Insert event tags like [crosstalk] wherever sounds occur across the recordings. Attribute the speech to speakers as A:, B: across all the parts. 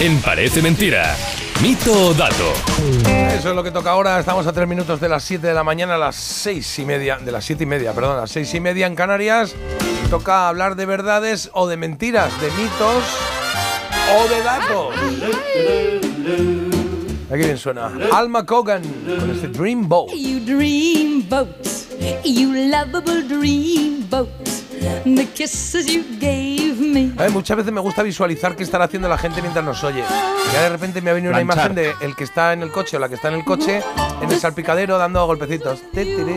A: En Parece Mentira. Mito o dato.
B: Eso es lo que toca ahora. Estamos a tres minutos de las 7 de la mañana, a las seis y media, de las siete y media, perdón, a las seis y media en Canarias. Toca hablar de verdades o de mentiras, de mitos o de datos. Aquí bien suena. Alma Cogan con este Dream Boat.
C: You dream boat, you lovable dream boat. The kisses you gave me.
B: A ver, Eh, muchas veces me gusta visualizar qué estará haciendo la gente mientras nos oye. Ya de repente me ha venido
D: Planchar.
B: una imagen de el que está en el coche o la que está en el coche en el salpicadero dando golpecitos. Ti, ti, tin, tin, tin.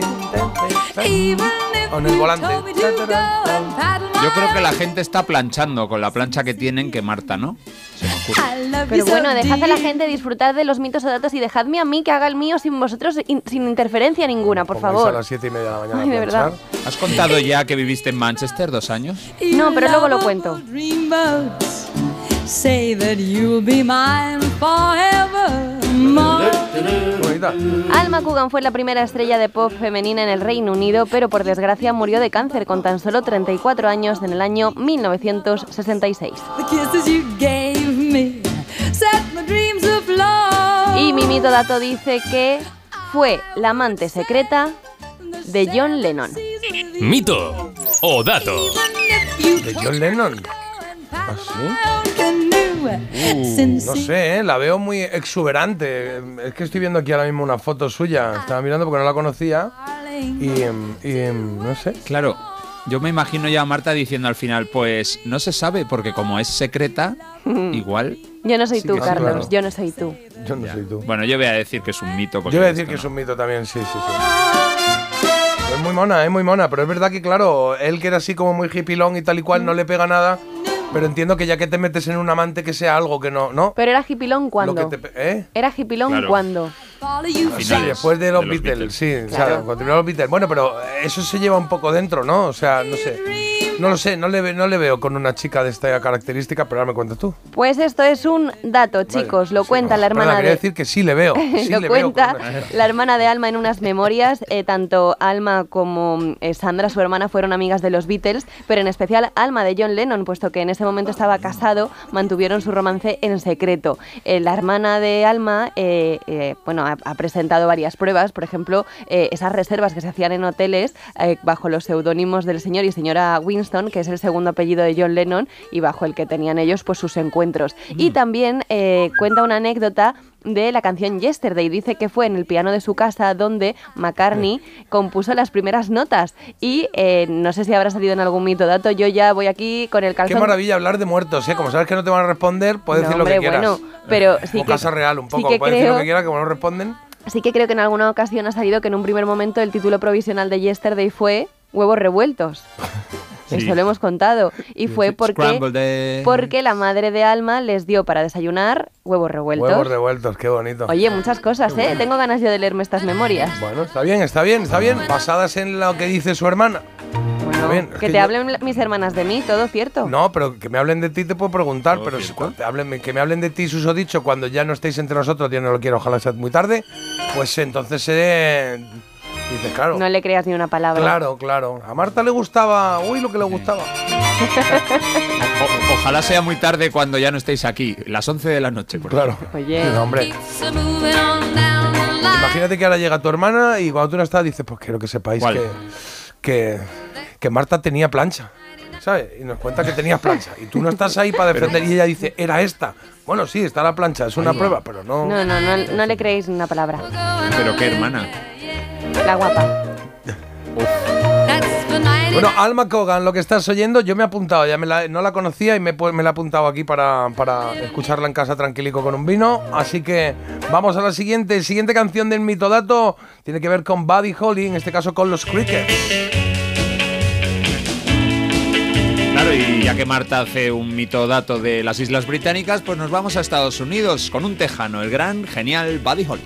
C: Even if
B: O en el
C: you
B: volante.
C: told me to go and paddle my
D: Yo creo que la gente está planchando con la plancha que tienen que Marta, ¿no? Se me ocurre.
C: I love you
E: Pero
C: so
E: bueno, dejad a la
C: deep.
E: gente disfrutar de los mitos o datos y dejadme a mí que haga el mío sin vosotros, in- sin interferencia ninguna, por
B: Pongáis A
E: favor.
B: las 7 y media de la mañana.
E: Ay, de
B: a planchar.
E: verdad.
D: ¿Has contado ya que viviste en Manchester dos años?
C: You
E: No, pero luego lo
C: lovable
E: cuento.
C: dream boat, Say that you'll be mine forever. more.
B: Qué bonita.
E: Alma Coogan fue la primera estrella de pop femenina en el Reino Unido, pero por desgracia murió de cáncer con tan solo 34 años en el año 1966.
C: The kisses you gave me set my dreams afloat.
E: Y mi mito dato dice que fue la amante secreta de John Lennon.
A: Mito o dato.
B: De John Lennon.
C: ¿Ah,
B: No sé, ¿eh? la veo muy exuberante. Es que estoy viendo aquí ahora mismo una foto suya. Estaba mirando porque no la conocía. Y, em, y, em, no sé.
D: Claro, yo me imagino ya a Marta diciendo al final, pues no se sabe, porque como es
E: [laughs]
D: secreta, igual.
E: Yo no soy
D: Sí,
E: tú,
D: que sí,
E: Carlos,
B: claro.
E: yo no soy tú.
B: Yo no soy tú.
D: Bueno, yo voy a decir que es un mito. porque
B: Yo voy a decir
D: esto
B: que
D: no.
B: es un mito también, sí, sí, sí. Es muy mona, es muy mona, pero es verdad que, claro, él que era así como muy hipilón y tal y cual, no le pega nada. Pero entiendo que ya que te metes en un amante que sea algo que no. ¿No?
E: Pero era hipilón
B: Lo
E: cuando.
B: que te pe- ¿Eh?
E: Era hipilón
D: Claro.
E: cuando.
D: Al
B: Sí,
D: final.
B: después de los,
D: de los
B: Beatles,
D: Beatles.
B: sí, o sea,
E: Claro.
B: continuaron los Beatles. Bueno, pero eso se lleva un poco dentro, ¿no? O sea, no sé. No lo sé, no le, ve- no le veo con una chica de esta característica, pero ahora me cuentas tú.
E: Pues esto es un dato,
B: Vale.
E: chicos. Lo
B: Sí,
E: cuenta
B: no,
E: la
B: perdona,
E: hermana
B: quería
E: de.
B: decir que sí le
E: [laughs]
B: veo. sí
E: lo
B: le veo con
E: cuenta
B: una chica.
E: la hermana de Alma en unas memorias. Eh, tanto Alma como eh, Sandra, su hermana, fueron amigas de los Beatles, pero en especial Alma de John Lennon, puesto que en ese momento estaba casado, mantuvieron su romance en secreto. Eh, la hermana de Alma, eh, eh, bueno, ha, ha presentado varias pruebas, por ejemplo, eh, esas reservas que se hacían en hoteles eh, bajo los seudónimos del señor y señora Winston, que es el segundo apellido de John Lennon y bajo el que tenían ellos pues sus encuentros.
B: Mm.
E: Y también eh, cuenta una anécdota de la canción Yesterday. Dice que fue en el piano de su casa donde McCartney compuso las primeras notas. Y eh, no sé si habrá salido en algún mito dato. Yo ya voy aquí con el
B: Qué
E: calzón.
B: maravilla hablar de muertos, ¿eh? Como sabes que no te van a responder, puedes
E: No,
B: decir lo que
E: hombre,
B: quieras.
E: bueno, pero sí
B: Como
E: que-
B: casa real, un
E: sí
B: poco.
E: que
B: puedes decir lo
E: creo-
B: que quieras, como no responden.
E: Sí que creo que en alguna ocasión ha salido que en un primer momento el título provisional de Yesterday fue Huevos
B: [laughs]
E: revueltos.
D: Sí.
E: Eso lo hemos contado. Y fue
D: Scrambled
E: porque,
D: eggs.
E: porque la madre de Alma les dio para desayunar huevos revueltos.
B: Huevos revueltos, qué bonito.
E: Oye, muchas cosas, ¿eh? Tengo ganas yo de leerme estas memorias.
B: Bueno, está bien, está bien, está bien. Basadas en lo que dice su hermana.
E: Bueno,
B: bien, es que
E: que, te
B: yo-
E: hablen la- mis hermanas de mí, todo cierto.
B: No, pero que me hablen de ti te puedo preguntar,
D: Todo
B: pero si
D: cierto.
B: cuando te hablen- que me hablen de ti, susodicho, cuando ya no estéis entre nosotros, ya no lo quiero, ojalá sea muy tarde, pues entonces eh, dices, claro,
E: No le creas ni una palabra.
B: claro, claro. A Marta le gustaba, uy, lo que le gustaba.
D: O- ojalá sea muy tarde cuando ya no estéis aquí, las 11 de la noche. por
B: Claro.
E: Oye.
B: [laughs] No, hombre,
C: Keeps a moving on down the line.
B: imagínate que ahora llega tu hermana y cuando tú no estás dices, pues quiero que sepáis
D: ¿Cuál?
B: que, que, que Marta tenía plancha. ¿Sabes? Y nos cuenta que tenías plancha. Y tú no estás ahí para defender. Y ella dice, era esta. Bueno, sí, está la plancha, es una prueba, pero no.
E: No, no, no, no le creéis ni una palabra.
D: ejemplo. Pero qué hermana.
E: La guapa.
C: That's the night
B: Bueno, Alma Cogan, lo que estás oyendo, yo me he apuntado, ya me la- no la conocía y me, he pu- me la he apuntado aquí para, para escucharla en casa tranquilico con un vino. Así que vamos a la siguiente. Siguiente canción del mitodato tiene que ver con Buddy Holly, en este caso con los Crickets.
D: Claro, y ya que Marta hace un mito dato de las Islas Británicas, pues nos vamos a Estados Unidos con un tejano, el gran, genial Buddy Holly.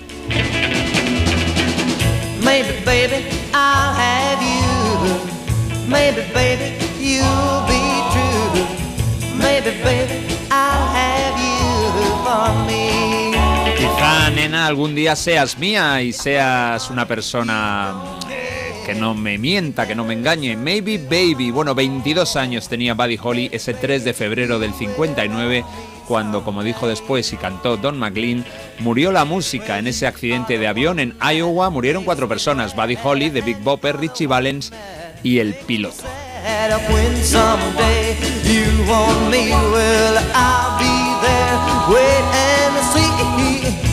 F: Maybe, baby, I'll have you. Maybe, baby, you'll be true. Maybe, baby, I'll have you for me.
D: Quizá, nena, algún día seas mía y seas una persona eh, que no me mienta, que no me engañe. Maybe Baby, bueno, 22 años tenía Buddy Holly ese 3 de febrero del 59 cuando, como dijo después y cantó Don McLean, murió la música en ese accidente de avión en Iowa. Murieron cuatro personas: Buddy Holly, The Big Bopper, Richie Valens y el piloto.
F: Head up when someday you want me, well, I'll be there. Wait and see.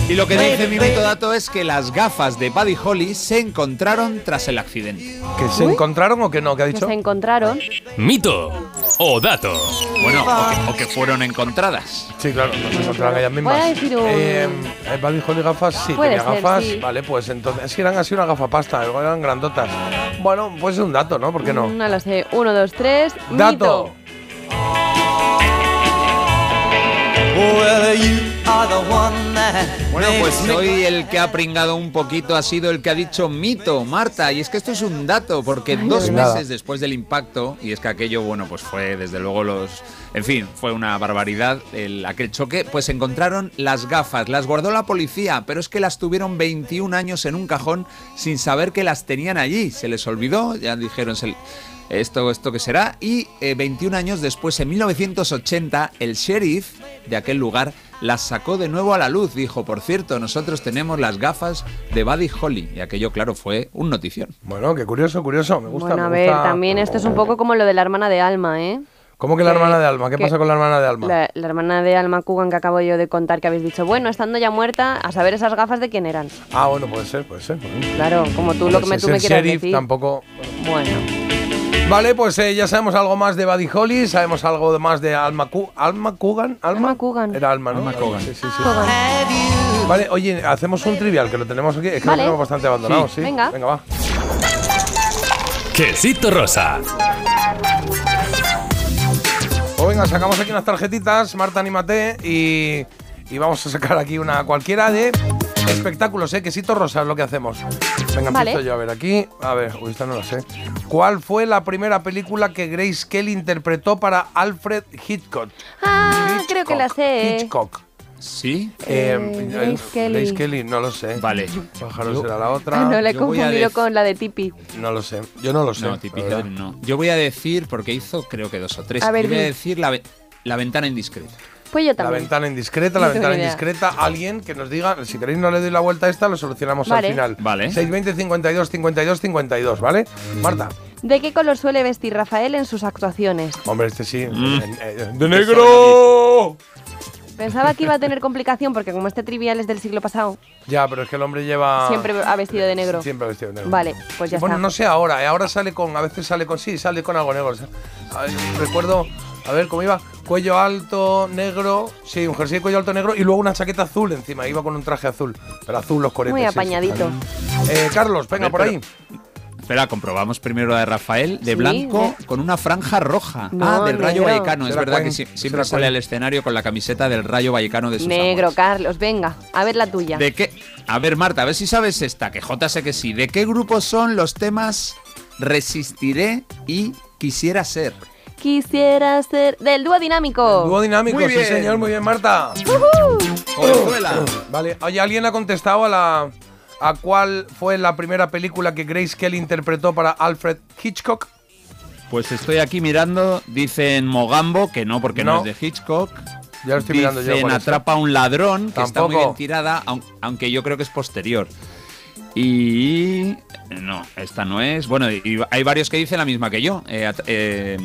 D: Y lo que dice mi mito
F: Baby,
D: dato es que las gafas de Buddy Holly se encontraron tras el accidente.
B: ¿Que se encontraron o que no? ¿Qué ha
E: Que
B: dicho?
E: se encontraron.
A: Mito o dato.
D: Bueno, o que, o que fueron encontradas.
B: Sí, claro, se encontraron ellas mismas.
E: Voy a decir un-
B: Eh, ¿el Buddy Holly gafas, sí,
E: Puede
B: tenía
E: ser,
B: gafas.
E: sí.
B: Vale, pues entonces, es que eran así una gafapasta, eran grandotas. Bueno, pues es un dato, ¿no? ¿Por qué no?
E: No lo sé. Uno, dos, tres.
B: Dato.
E: Mm, Mito.
F: Well, you are the one that
D: Bueno, pues
F: makes me-
D: hoy el que ha pringado un poquito ha sido el que ha dicho mito, Marta. Y es que esto es un dato, porque dos
B: nada.
D: meses después del impacto, y es que aquello, bueno, pues fue desde luego los. En fin, fue una barbaridad el, aquel choque, pues encontraron las gafas, las guardó la policía, pero es que las tuvieron 21 años en un cajón sin saber que las tenían allí. Se les olvidó, ya dijeron, se le- esto, esto que será. Y eh, 21 años después, en 1980, el sheriff de aquel lugar las sacó de nuevo a la luz. Dijo, por cierto, nosotros tenemos las gafas de Buddy Holly. Y aquello, claro, fue un notición.
B: Bueno, qué curioso, curioso, me gusta.
E: bueno, a
B: me
E: ver,
B: gusta.
E: también esto es un poco como lo de la hermana de Alma, ¿eh?
B: ¿Cómo que la
E: que-
B: hermana de Alma? ¿Qué
E: que-
B: pasa con la hermana de Alma?
E: La, la hermana de Alma Kugan que acabo yo de contar que habéis dicho, bueno, estando ya muerta, a saber esas gafas de quién eran.
B: Ah, bueno, puede ser, puede ser. bueno.
E: Claro, como tú lo
B: Pues
E: que me,
B: es
E: tú me
B: el
E: quieras
B: sheriff
E: decir.
B: tampoco.
E: Bueno,
B: Vale, pues eh, ya sabemos algo más de Buddy Holly, sabemos algo de más de Alma Cu Alma Kugan, Alma,
E: Alma Kugan.
B: Era Alma, ¿no?
D: Alma Kugan.
B: Sí, sí, sí.
F: Have you?
B: Vale, oye, hacemos un trivial que lo tenemos aquí, es que lo
E: Vale.
B: tenemos bastante abandonado, sí.
E: Sí. Venga.
B: Venga, va.
A: Quesito rosa.
B: O Pues venga, sacamos aquí unas tarjetitas, Marta, anímate y, y vamos a sacar aquí una cualquiera de espectáculos, ¿eh? Quesito rosa es lo que hacemos. Venga,
E: Vale.
B: empiezo yo a ver aquí. A ver, uy, esta no la sé. ¿Cuál fue la primera película que Grace Kelly interpretó para Alfred Hitchcock?
E: Ah, creo que la
B: Hitchcock,
E: sé.
B: Hitchcock.
D: Sí.
B: Eh,
E: Eh,
B: eh,
E: Grace
B: uf,
E: Kelly.
B: Grace Kelly, no lo sé.
D: Vale.
B: Pájaro será la
E: Ah,
B: otra.
E: [laughs] no, la he
D: Yo voy a
E: confundido
D: def-
E: con la de Tipi.
B: No lo sé. Yo no lo sé.
D: No,
B: la
D: típica,
B: verdad.
D: no. Yo voy a decir, porque hizo creo que dos o tres,
E: A ver,
D: yo voy a
E: di.
D: decir la, ve- la ventana indiscreta.
E: Pues yo
B: La
E: también.
B: ventana indiscreta,
E: [laughs]
B: la
E: No tengo
B: ventana
E: ni idea.
B: indiscreta. Alguien que nos diga, si queréis no le doy la vuelta a esta, lo solucionamos
E: Vale.
B: al final.
D: Vale.
B: 620 52 52 52, ¿vale? Marta.
E: ¿De qué color suele vestir Rafael en sus actuaciones?
B: Hombre, este sí.
D: Mm.
B: Eh, eh, ¡De negro!
E: Pensaba que iba a tener complicación porque como este trivial es del siglo pasado,
B: Ya, pero es que el hombre lleva...
E: siempre ha vestido de negro.
B: Ah, Siempre ha vestido de negro.
E: Vale, pues ya
B: Bueno,
E: está.
B: no sé ahora, ¿eh? ahora sale con, a veces sale con, sí, sale con algo negro. O sea, a ver, recuerdo, a ver cómo iba, cuello alto, negro, sí, un jersey de cuello alto negro y luego una chaqueta azul encima, iba con un traje azul, pero azul los coretes.
E: Muy
B: sí, sí,
E: apañadito.
B: claro. Eh, Carlos, venga
D: A ver,
B: por
D: pero-
B: ahí.
D: Espera, comprobamos primero la de Rafael, de
E: Sí,
D: blanco,
E: ¿eh?
D: con una franja roja.
E: No,
D: ah, del Rayo
E: negro.
D: Vallecano. Es
B: Será
D: verdad
B: Queen,
D: que sí-
B: será
D: siempre sale
B: Queen.
D: al escenario con la camiseta del Rayo Vallecano de sus
E: Negro,
D: amores.
E: Carlos, venga, a ver la tuya.
D: ¿De qué? A ver, Marta, a ver si sabes esta, que J sé que sí. ¿De qué grupo son los temas Resistiré y Quisiera ser?
E: Quisiera ser del dúo dinámico.
B: Dúo dinámico,
D: Muy
B: sí
D: bien.
B: señor, muy bien Marta.
D: ¡Orejuela!
B: Vale, oye, ¿alguien ha contestado a la a cuál fue la primera película que Grace Kelly interpretó para Alfred Hitchcock?
D: Pues estoy aquí mirando, dicen Mogambo, que no porque no,
B: No.
D: es de Hitchcock.
B: Ya lo estoy mirando yo,
D: Dicen
B: ¿cuál es?
D: Atrapa a un ladrón, que está muy
B: Tampoco.
D: bien tirada, aun- aunque yo creo que es posterior. Y... No, esta no es. Bueno, y- y hay varios que dicen la misma que yo. eh, at- eh,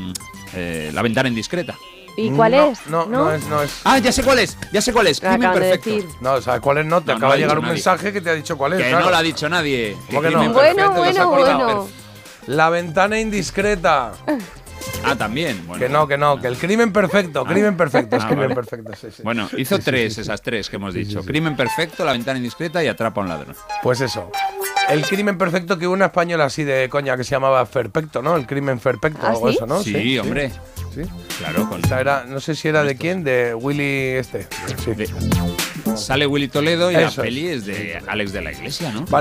D: eh, la ventana indiscreta.
E: ¿Y cuál
B: No,
E: es?
B: No, no, es, no es.
D: Ah, ya sé cuál es, ya sé cuál es.
E: La
D: Crimen
E: acaban de
D: perfecto.
E: decir.
B: No, o sea, ¿cuál es no? Te
D: No, no
B: acaba
D: ha
B: de llegar
D: dicho
B: un
D: nadie.
B: mensaje que te ha dicho cuál es.
D: Que
B: claro.
D: no lo ha dicho nadie.
B: ¿Cómo que
D: Crimen
B: no?
E: Bueno,
D: perfecto,
E: bueno,
D: se ha acordado.
E: bueno.
B: La ventana indiscreta.
D: Ah, también. Bueno.
B: Que no, que no, que el crimen perfecto, crimen perfecto, es
D: Ah,
B: crimen
D: vale.
B: perfecto, sí, sí.
D: Bueno, hizo tres, esas tres que hemos dicho. Crimen perfecto, la ventana indiscreta y atrapa a un ladrón.
B: Pues eso. El crimen perfecto que hubo una española así de coña que se llamaba Perfecto, ¿no? El crimen perfecto
E: ¿Ah,
B: o algo
E: sí?
B: eso, ¿no?
D: sí, hombre.
B: sí.
D: Claro, con-
B: Esta era, no sé si era de quién, de Willy este. Sí.
D: de- Sale Willy Toledo y
B: Eso
D: la
B: es.
D: peli es de Alex de la Iglesia, ¿no?